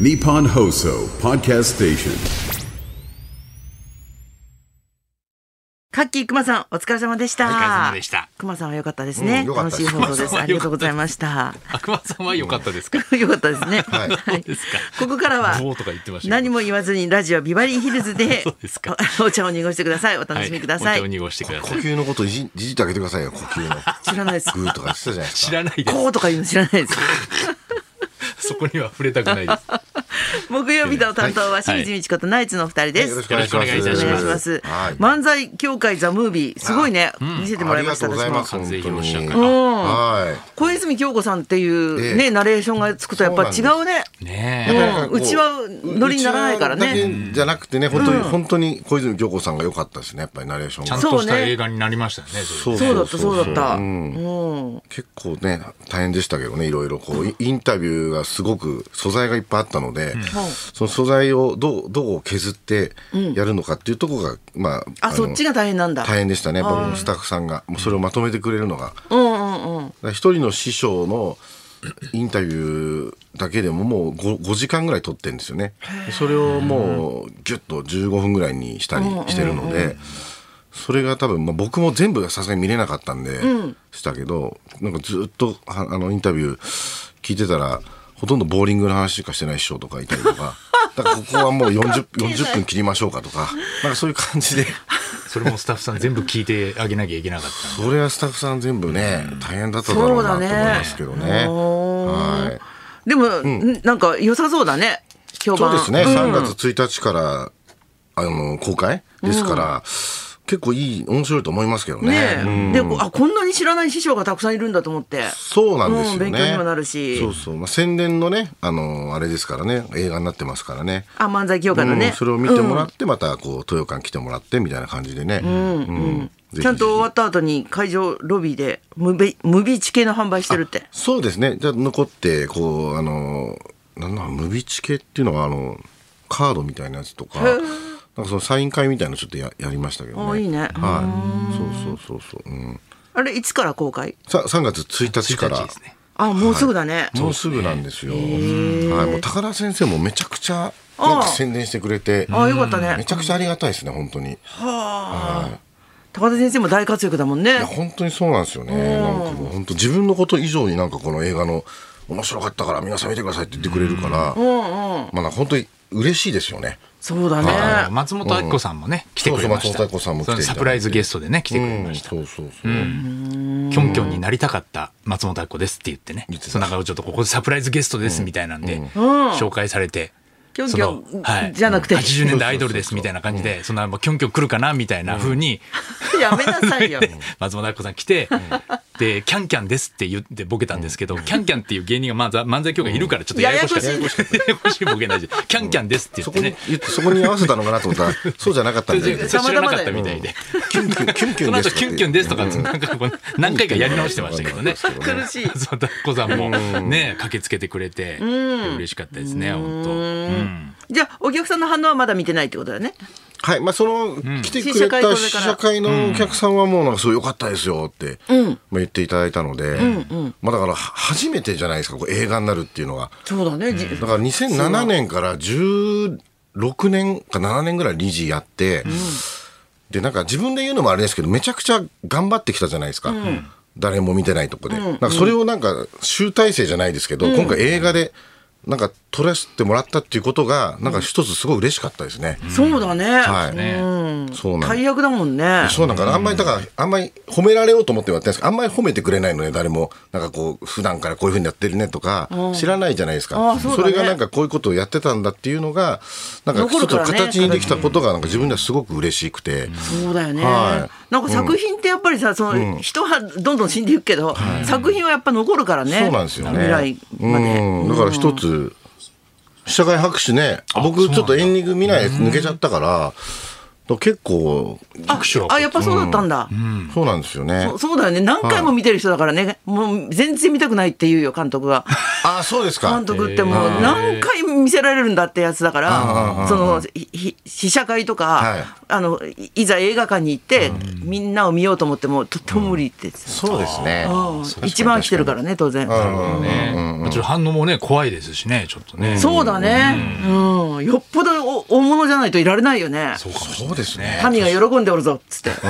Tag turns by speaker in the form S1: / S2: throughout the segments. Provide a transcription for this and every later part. S1: Nippon Hoso Podcast Station.
S2: カッキー熊さんお疲れ様でした。
S3: お疲れ様でした
S2: 熊さんは良かったですね。
S4: うん良かっ
S2: 楽
S4: た
S2: し
S4: で
S2: い
S4: す
S2: 放送です。ありがとうございました。
S3: 悪魔さんは良かったですか。
S2: 良かったですね。
S4: はい
S2: は
S3: そう
S2: い
S3: ですか。
S2: ここからは
S3: どうとか言ってましたけど
S2: 何も言わずにラジオビバリーヒルズで
S3: そうですか
S2: おお茶を濁してください。お楽しみください。
S3: お茶を濁してくだ
S4: 呼
S3: さい。
S4: 吸のこといじいじってあげてくださいよ呼 吸の
S2: 知らないです。
S4: グーとかしてたじゃないです
S3: 知
S4: から
S3: ないで
S2: こうとか言うの知ら ないです。
S3: す。そこには触れたくない です。
S2: 木曜日の担当は清水美智子とナイツのお二人です。
S3: よろしくお願いいたし
S2: お願い
S3: ま
S2: します。
S4: はい
S2: 漫才協会ザムービーすごいね、見せてもらいました
S4: ありがとうございます
S2: 私も
S4: 本当に
S3: 完成披露試写会
S4: は
S2: 小泉京子さんっていうね、
S4: ええ
S2: ナレーションがつくとやっぱ違うね。
S3: ね
S4: い
S3: え。
S4: なんかこ
S2: うちはノリにならないからね
S4: うちわだけじゃなくてね本当に本当に小泉京子さんが良かったですねやっぱりナレーション
S3: ちゃ
S4: が
S3: んとした映画になりましたね。それ
S2: そうだったそうだった。
S4: 結構ね大変でしたけどねいろいろこうイインタビューがすごく素材がいっぱいあったので、その素材をどうどう削ってやるのかっていうところが、まあ
S2: あ、そっちが大変なんだ。
S4: 大変でしたねやっぱもうスタッフさんがもうそれをまとめてくれるのがだから一、人の師匠のインタビューだけでももう 5, 5時間ぐらい撮ってるんですよねそれをもうギュッと15分ぐらいにしたりしてるので、それが多分、まあ、僕も全部がさすがに見れなかったんで、したけどなんかずっとはあのインタビュー聞いてたらほとんどボーリングの話しかしてない師匠とかいたりと かだからここはもう 40, 40分切りましょうかとかなんかそういう感じで。
S3: それもスタッフさん全部聞いてあげなきゃいけなかった。
S4: それはスタッフさん全部ね、大変だっただろうなと思いますけどね。はい。
S2: でも、んなんか良さそうだね。評
S4: そう
S2: 判。
S4: ですね、3月1日から、あの、公開ですから、結構いい、面白いと思いますけどね。
S2: ねえでこあこんなに知らない師匠がたくさんいるんだと思って
S4: そうなんですよね。
S2: うん勉強にもなるし
S4: そうそう。まあ、宣伝のね、あの、あれですからね、映画になってますからね。
S2: あ漫才協会の
S4: う
S2: ね
S4: ん、それを見てもらって、また、こう、豊館来てもらって、みたいな感じでね。うん。ぜひ
S2: ちゃんと終わった後に会場ロビーでムビムビチ系の販売してるって
S4: そうですね。じゃあ残って、こう、あの、なんだ、ムビチ系っていうのは、あの、カードみたいなやつとか、なんかそのサイン会みたいなのちょっとややりましたけど
S2: あ
S4: ね。
S2: いいね
S4: はい。そうそうそうそう。うん。
S2: あれいつから公開
S4: さ3月1日から
S3: 1日です、ね
S2: あもうすぐだね、
S4: もうすぐなんですよ。はい。もう高田先生もめちゃくちゃ、なんか宣伝してくれて、
S2: あよかったね
S4: めちゃくちゃありがたいですね、本当に。
S2: 高田先生も大活躍だもんね
S4: いや本当にそうなんですよね、なんかもう本当自分のこと以上になんかこの映画の面白かったから皆さん見てくださいって言ってくれるから、まあなんか本当に嬉しいですよね
S2: そうだ
S3: あ
S2: ね
S3: 松本明子さんもね、来てくれました。
S4: そうそう松本明子さんも来ていただいて
S3: そのサプライズゲストでね、来てくれました。
S4: そうそうそう、
S3: キョンキョンになりたかった松本明子ですって言ってね。
S4: てた
S3: その中をちょっとここでサプライズゲストですみたいなんで、紹介されて。
S2: キョン
S3: そ
S2: キ
S3: の
S2: ョン、
S3: はい
S2: じゃなくて
S3: 80年代アイドルですみたいな感じで、そんな、まあキョンキョン来るかなみたいな風に、
S2: やめなさい よ
S3: 松本明子さん来て、で、キャンキャンですって言ってボケたんですけど、キャンキャンっていう芸人が漫才漫才協会いるからちょっとややこしかった。
S2: や
S3: や
S2: や
S3: やこしいボケないし、キャンキャンですって言
S4: そ
S3: っ
S4: こ
S3: て
S4: に
S3: ね。
S4: 言ってそこに合わせたのかなと思 ったらそうじゃなかったんだよね
S3: それ知らなかったみたいで。
S4: キュンキュンキュンキュ
S3: そ
S4: ン
S3: の
S4: で
S3: 後
S4: すとか
S3: キュンキュンですとか、
S4: うん
S3: なんかこう何回かやり直してましたけどね。
S2: 苦しい
S3: 松本明子さんもね、駆けつけてくれて、嬉しかったですね、本当。うん
S2: じゃあお客さんの反応はまだ見てないってことだね
S4: はいまあその、来てくれた試写会のお客さんはもうなんかすごい良かったですよって、まあ言っていただいたので、まあだからは初めてじゃないですかこう映画になるっていうのが
S2: そうだね、じ
S4: だから2007年から16年か7年ぐらい理事やって、でなんか自分で言うのもあれですけどめちゃくちゃ頑張ってきたじゃないですか、誰も見てないとこで、なんかそれをなんか集大成じゃないですけど、今回映画でなんか撮らせてもらったっていうことがなんか一つすごい嬉しかったですね、
S2: そうだね、
S4: はい、
S3: ね
S4: そうなん
S2: 大役だもんね
S4: そうなんかなあんまりだからあんまり褒められようと思ってやってないんですけどあんまり褒めてくれないのね誰もなんかこう普段からこういうふうにやってるねとか知らないじゃないです
S2: あー
S4: か
S2: そうだ
S4: そ
S2: ね
S4: れがなんかこういうことをやってたんだっていうのがなんか
S2: 残
S4: ちょ
S2: るか
S4: っと
S2: らね
S4: 形にできたことがなんか自分ではすごく嬉しくて
S2: そうだよね、
S4: は
S2: なんか作品ってやっぱりさ、その人はどんどん死んでいくけど、作品はやっぱ残るからね
S4: そうなんですよね
S2: 未来まで、
S4: うんだから一つ試写会拍手ね僕ちょっとエンディング見ないやつ抜けちゃったからら結構
S3: 拍手は
S2: あやっぱそうだったんだ、
S4: そうなんですよね
S2: そそうだよね何回も見てる人だからねもう全然見たくないって言うよ監督が
S4: ああそうですか
S2: 監督ってもう何回見せられるんだってやつだからそのひひ試写会とか、
S4: はい
S2: あのいいざ映画館に行って、みんなを見ようと思ってもとっても無理って言ってた
S4: そうですね
S2: うん一番来てるからね当然
S3: ねまあちょっと反応もね怖いですしねちょっとね
S2: そうだねうん、よっぽどお大物じゃないといられないよね
S3: そうかもしれ
S4: そうですね
S2: 民が喜んでおるぞっつって
S3: ない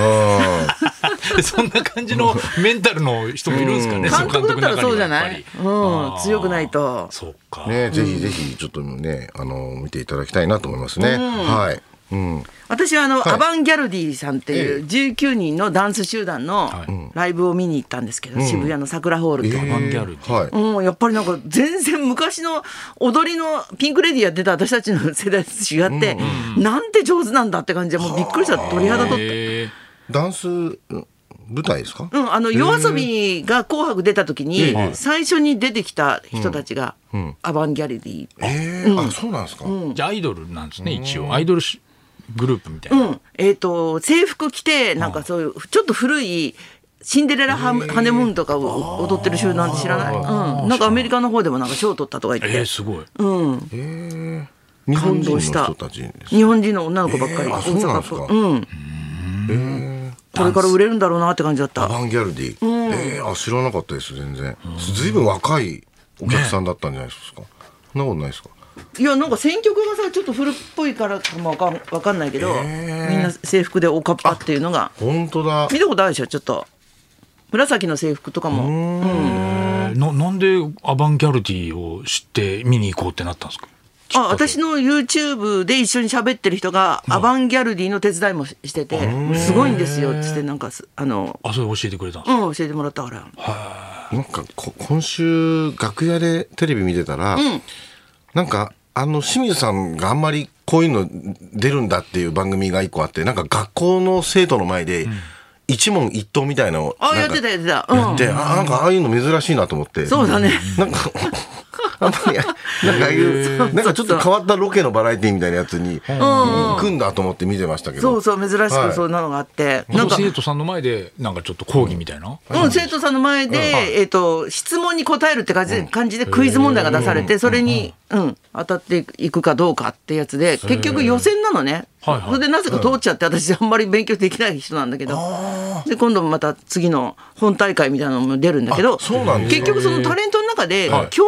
S3: そんな感じのメンタルの人もいるんですか ね
S2: 監督だったら
S3: そ
S2: そう
S3: の
S2: じゃ
S3: 監督の中に
S2: な
S3: はや
S2: い
S3: っ、ぱり
S2: うん、強くないと
S3: そうか
S4: ねぜひぜひちょっとねあの見ていただきたいなと思いますねはいうん
S2: 私はあの、
S4: い
S2: アバンギャルディさんって
S4: え
S2: いう19人のダンス集団のライブを見に行ったんですけど、渋谷の桜ホールで、
S3: バンギャルディ
S4: はい
S2: うん、やっぱりなんか全然昔の踊りのピンクレディーやってた私たちの世代と違って、なんて上手なんだって感じでもうびっくりした鳥肌とって。
S3: へー
S4: ダンスうん舞台ですか
S2: うん、あの夜遊びが「紅白」出た時に最初に出てきた人たちがアバンギャルディ、
S4: ええあそうなんですか
S3: じゃあアイドルなんですね一応アイドルしグループみたいうなん
S2: えっ、と、制服着て、なんかそういう、ちょっと古い、シンデレラハムハネムーンとかを踊ってる集団って知らない、うん、なんかアメリカの方でもなんか賞取ったとか言って、
S3: えーすごい
S4: 日本
S2: 感
S4: 人の
S2: 動した
S4: 人たちです
S2: 日本人の女の子ばっかり、
S4: えーあそうなんですか
S2: 大阪うん、これから売れるんだろうなって感じだっ
S4: ア
S2: た
S4: バンギャルディ、えーあ知らなかったです全然ずいぶん若いお客さんだったんじゃないですか、そんなことないですか
S2: いやなんか選曲がさちょっと古っぽいからかもわかんわかんないけど、みんな制服でおかっぱっていうのが
S4: 本当だ
S2: 見たことあるでしょちょっと紫の制服とかも
S3: ななんでアバンギャルディを知って見に行こうってなったんですか
S2: あ私の YouTube で一緒に喋ってる人がアバンギャルディの手伝いもししててすごいんですよっつってなんかすあの
S3: あそれ教えてくれたんですか
S2: うん教えてもらったから
S4: なんかこ今週楽屋でテレビ見てたら、なんかあの清水さんがあんまりこういうの出るんだっていう番組が一個あってなんか学校の生徒の前で一問一答みたいなのを
S2: あ
S4: な
S2: やっ
S4: んか
S2: てたやってた
S4: や
S2: う
S4: っ
S2: ん
S4: て、あなんかああいうの珍しいなと思って
S2: そうだね
S4: なんか、 あんまり、なんかああいう、なんかちょっと変わったロケのバラエティみたいなやつに、行くんだと思って見てましたけど。
S2: そうそう珍し
S4: は
S2: く
S4: い
S2: そんなのがあって
S3: そ
S2: なん
S3: の
S2: か
S3: 生徒さんの前でなんかちょっと講義みたいな、
S2: うん、生徒さんの前で、えっと質問に答えるって感じ,、感じでクイズ問題が出されて、それに、うん、当たっていくかどうかってやつで結局予選なのね、
S3: はいはい
S2: それでなぜか通っちゃって、私あんまり勉強できない人なんだけどで今度また次の本大会みたいなのも出るんだけど
S4: あそうなんですね
S2: 結局そのタレントの中で、
S4: はい
S2: 教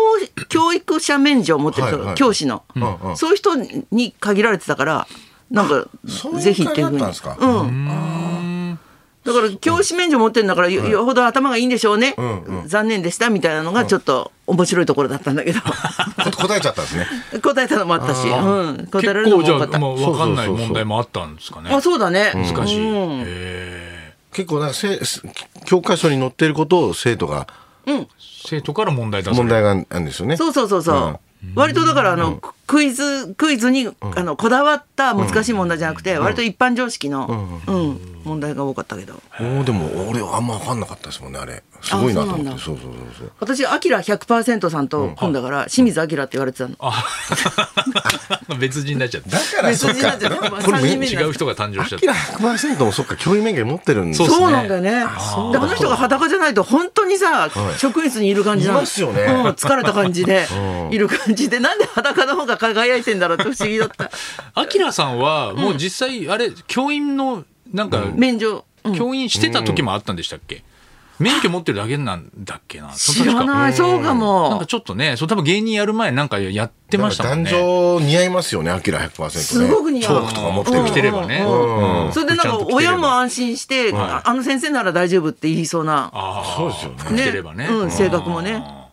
S2: 教育者免除を持ってる人、
S4: はいはい
S2: 教師の、
S4: うんうん
S2: そういう人に限られてたからなんか
S4: そういう
S2: ぜひっていうふうに。
S4: 会だったんですか
S2: うんだから教師免除持ってるんだからよ,、よほど頭がいいんでしょうね、残念でしたみたいなのがちょっと面白いところだったんだけど
S4: こ答えちゃったんですね。
S2: 答えたのもあったし、うん、答えられるの
S3: 結構
S2: も
S3: じゃ
S2: 多かった
S3: あもう分かんない
S4: そうそうそうそう
S3: 問題もあったんですかね
S2: あそうだね、
S3: 難しい、
S2: うん
S3: へえ
S4: 結構なんかせ、教科書に載ってることを生徒が、
S3: 生徒から問題出さ
S4: 問
S3: れる
S4: 題があるんですよね。
S2: そうそうそうそう、割とだからあの、クイズクイズに、あのこだわった難しい問題じゃなくて、割と一般常識の、うん問題が多かったけど
S4: おおでも俺あんま分かんなかったですもんね、あれ。すごいなと思って。
S2: あ
S4: そ
S2: そう
S4: そうそうそう。
S2: 私アキラ100%さんと組んだから、清水アキラって言われてたの
S3: あ 別人になっちゃった
S4: だからそっ
S2: 別人
S4: か
S2: なんじゃない。
S4: これ
S2: 三人
S4: め
S2: 目
S4: っち
S2: に
S4: ゃ、
S2: なっ
S3: 違う人が誕生しちゃ
S4: ア
S3: った
S4: キラ100%もそっか、教員免許持ってるんです
S3: そう
S2: そうなんだよね。で、
S4: う
S2: あの人が裸じゃないと、本当にさ、職員室にいる感じなの。
S4: いますよね
S2: うん、疲れた感じで、いる感じで、なんで裸の方が輝いてんだろうって不思議だった。
S3: アキラさんはもう実際あれ教員のなんか、
S2: 免除。うん
S3: 教員してた時もあったんでしたっけ、免許持ってるだけなんだっけな
S2: 知ら
S3: い
S2: ない、そうか
S3: なん
S2: も
S3: か。ちょっとねそう多分芸人やる前なんかやってましたもんね
S4: 男女似合いますよね、アキラ100%ね。
S2: すごく似合う
S4: チョークとか持ってる
S2: うん
S3: 着てればね、
S4: うん
S3: うん
S2: それでなんか、親も安心して、ああの先生なら大丈夫って言いそうな。
S3: あそうですよね
S2: ね
S3: 着てればね、
S2: うん性格もね
S3: あー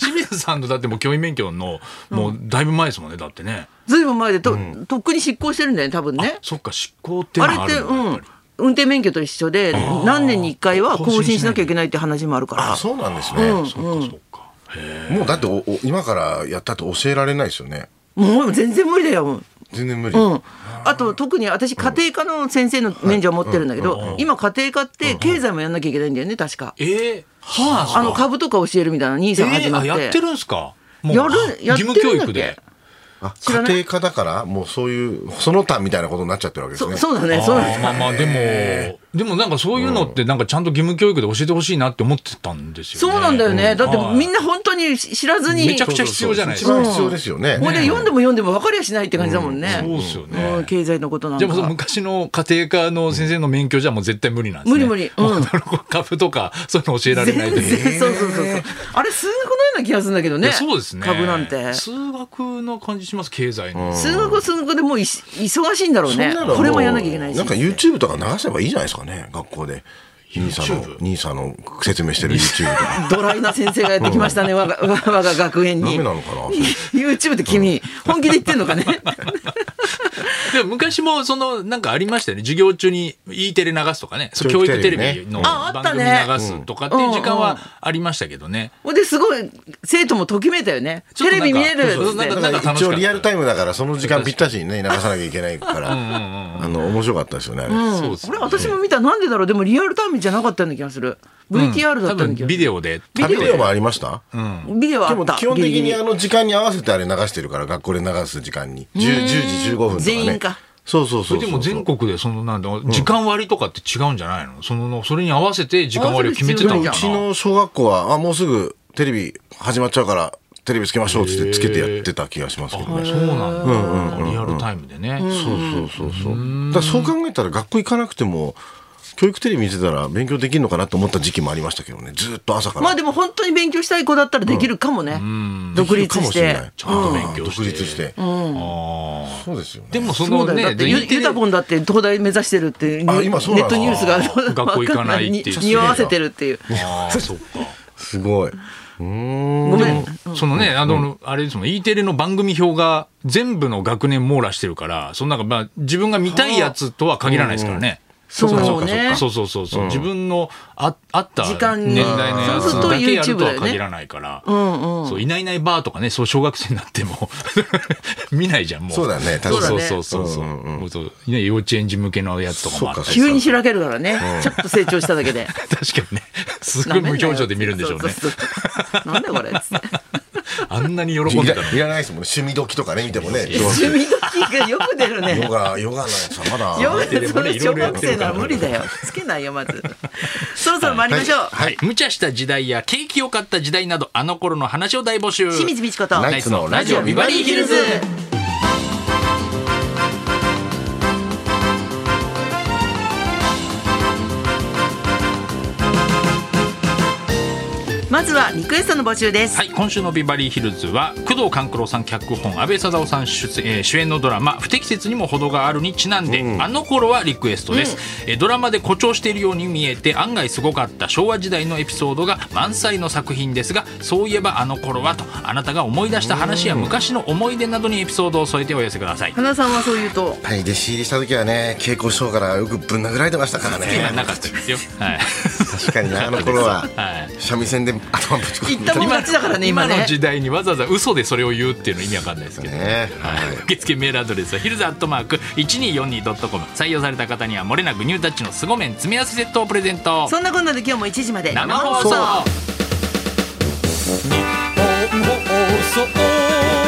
S3: 清水さんとだってもう教員免許のもうだいぶ前ですもんねだってね
S2: ずいぶん前で、と、とっくに執行してるんだよね、多分ね。
S3: そっか執行っていう
S2: あ
S3: の
S2: れ
S3: があ
S2: って、
S3: る
S2: う
S3: のやっ
S2: ん
S3: ぱり。
S2: 運転免許と一緒で、何年に一回は更新しなきゃいけないって話もあるから。
S4: あそうなんですね、
S3: そっかそっかへ
S4: もうだっておお今からやったって教えられないですよね
S2: もう全然無理だよ。
S4: 全然無理、
S2: うん、あと特に私家庭科の先生の免除を持ってるんだけど今家庭科って経済もやんなきゃいけないんだよね確か
S3: えー、は
S2: あの株とか教えるみたいな兄さん始まって
S3: えーあやってるんすかもう
S2: やるやってる
S3: 義
S2: んだ
S3: 務
S2: っけ
S3: 教育で
S4: あ
S2: 知ら
S4: 家
S2: ない
S4: 庭科だからもうそういうその他みたいなことになっちゃってるわけです
S2: そ
S4: ね
S2: そうだね、
S3: あー
S2: そうだね。
S3: まあまあでもでもなんかそういうのってなんかちゃんと義務教育で教えてほしいなって思ってたんですよね。
S2: そうなんだよね。だって
S3: はい
S2: みんな本当に知らずに。
S3: めちゃくちゃ必要じゃないです
S4: 一
S3: か。
S4: 番必要ですよね、
S2: ほんで読んでも読んでも分かりゃしないって感じだもんね。
S3: そうですよね。
S2: うん経済のことなん
S3: じ
S2: か。
S3: ゃあもうその昔の家庭科の先生の免許じゃもう絶対無理なんです
S2: 無
S3: ね。
S2: 理無理。
S3: もう
S2: うん。
S3: 株とかそういうの教えられないと
S2: 全
S3: いう。
S2: 然、そうそうそうそう。あれ数学のような気がするんだけど
S3: い
S2: ね。
S3: やそうですね。
S2: 株なんて。
S3: 数学の感じします経済の。
S2: 数学は数学でもういし忙しいんだろうね
S4: そんなの。
S2: これもやんなきゃいけないし。
S4: なんか YouTube とか流せばいいじゃないですかね学校で兄さんの兄さんの説明してる YouTube とか
S2: ドライな先生がやってきましたね、我が我が学園
S4: ダ
S2: に
S4: メ。なのかな
S2: YouTube って君、本気で言ってんのかね。
S3: でも昔もそのなんかありましたよね授業中に E テレ流すとかねそう
S4: 教
S3: 教
S4: 育
S3: 育
S4: テ
S3: テ
S4: レビね
S3: レビの
S2: ああ
S3: 番
S2: った
S3: 組
S2: ね
S3: 流すとかっていう時間はありましたけどね。
S2: ほんですごい、生徒もときめいたよね。
S3: ちょっ
S2: テ
S3: と
S2: レ
S3: なんか
S2: ビ見れるっ
S3: そうそうなん
S2: て
S3: か。
S4: だから一応
S3: 楽しかった
S4: リアルタイムだからその時間ぴったしにね流さなきゃいけないからあの面白かったですよねあれ、
S3: そうです
S2: これ私も見たなんでだろうでもリアルタイムじゃなかったような気がする VTR だ
S3: 多
S2: ったような
S3: 分
S2: 気が
S3: ビ
S2: す
S3: デオで。
S4: あビデオもありました、
S2: るビデオは
S4: で
S2: あ
S4: も
S2: った
S4: 基本的
S2: ギリギ
S4: に
S2: リ
S4: あの時間に合わせてあれ流してるから学校で流す時間に 10, 10時15分とかね
S2: 全員か
S4: そうそう
S3: そ
S4: そう
S3: れ
S4: そ
S3: で
S4: う
S3: も全国でそのなんだ時間割とかって違うんじゃないのそのそれに合わせて時間割を決めてた
S4: で
S3: の
S4: もう
S3: か
S4: ち
S3: な。
S4: の小学校はあもうすぐテレビ始まっちゃうからテレビつけましょうっつってつけてやってた気がしますけど
S3: あ
S4: ね
S3: そうなんだ。リアルタイムでね。
S4: そうそうそうそうだからそう考えたら学校行かなくても教育テレビ見てたら勉強できるのかなと思った時期もありましたけどねずーっと朝から、
S2: まあでも本当に勉強したい子だったらできるかもね、独立
S4: かも
S2: し
S4: しれ
S2: て
S4: ない
S3: ちゃんと勉強して
S4: 独立して、
S3: ああ。
S4: そうですよね
S3: でもそ
S2: そ
S3: の
S2: うだよ、だ
S3: ね、
S2: って
S3: で
S2: ゆゆたぽんだって東大目指してるって
S4: あ今そうな
S2: ネ
S4: の
S2: ットニュースが
S3: 学校行かないっていう
S2: に匂わせてるっていう
S3: あ あ、そっか。
S4: すごい
S2: ごめん
S3: そのね、あの、あれですもん、E テレの番組表が全部の学年網羅してるから、そのなんか、まあ、自分が見たいやつとは限らないですからね。
S2: そう
S4: そうか
S2: ね
S3: そうそうそうそう、自分のああった
S2: 時
S3: 年
S2: 間に
S3: 代のやつだけやるとは
S2: そうすると YouTube だよね
S3: 限らないから、そういないいないバーとかね、そう小学生になっても 見ないじゃんもう。
S4: そうだね確
S2: かに
S3: そうそうそうそう。もうそうね幼稚園児向けのやつとかもあったし
S4: そっ
S2: 急に開けるからね、ちょっと成長しただけで
S3: 確かにね、 すごい無表情で見るんでしょうね。
S2: そうそうそうなんだよこ れっつって
S3: あんなに喜ん
S4: い
S3: で
S4: ら
S3: たのに
S4: いらないですもんね趣味時とかね見てもね
S2: 趣味の気がよく出るね
S4: ヨガヨガのやつはまだ
S2: 読め
S3: でもね
S2: それ
S3: い
S2: 小
S3: ろいろやっ
S2: 学
S3: て
S2: 生
S3: るか
S2: な
S3: ら
S2: ら無理だよつけないよまずそろそろ参りましょう、
S3: はい、無茶した時代や景気良かった時代などあの頃の話を大募集
S2: 清水美智子と
S4: ナイツのラジオビバリーヒルズ
S2: まずはリクエストの募集です、
S3: はい、今週のビバリーヒルズは工藤官九郎さん脚本安倍貞夫さん出演、えー主演のドラマ「不適切にも程がある」にちなんで、あの頃はリクエストです、えードラマで誇張しているように見えて案外すごかった昭和時代のエピソードが満載の作品ですがそういえばあの頃はとあなたが思い出した話や昔の思い出などにエピソードを添えてお寄せください
S2: 花さんはそう言うと
S4: はい、弟子入りした時はね稽古師匠からよくぶん殴られてましたからね
S3: なかったですよはい
S4: 確かに なあの頃 は
S3: はい
S4: 三味線で頭ぶち込んで
S2: 言ったもん勝ちだからね今ね
S3: の時代にわざわざ嘘でそれを言うっていうの意味わかんないですけど
S4: ね
S3: はい 受付メールアドレスはヒルズアットマーク 1242.com 採用された方にはもれなくニュータッチの凄麺詰め合わせセットをプレゼント
S2: そんなこんなで今日も1時まで
S3: 生放送
S2: 生放送
S3: 日本放送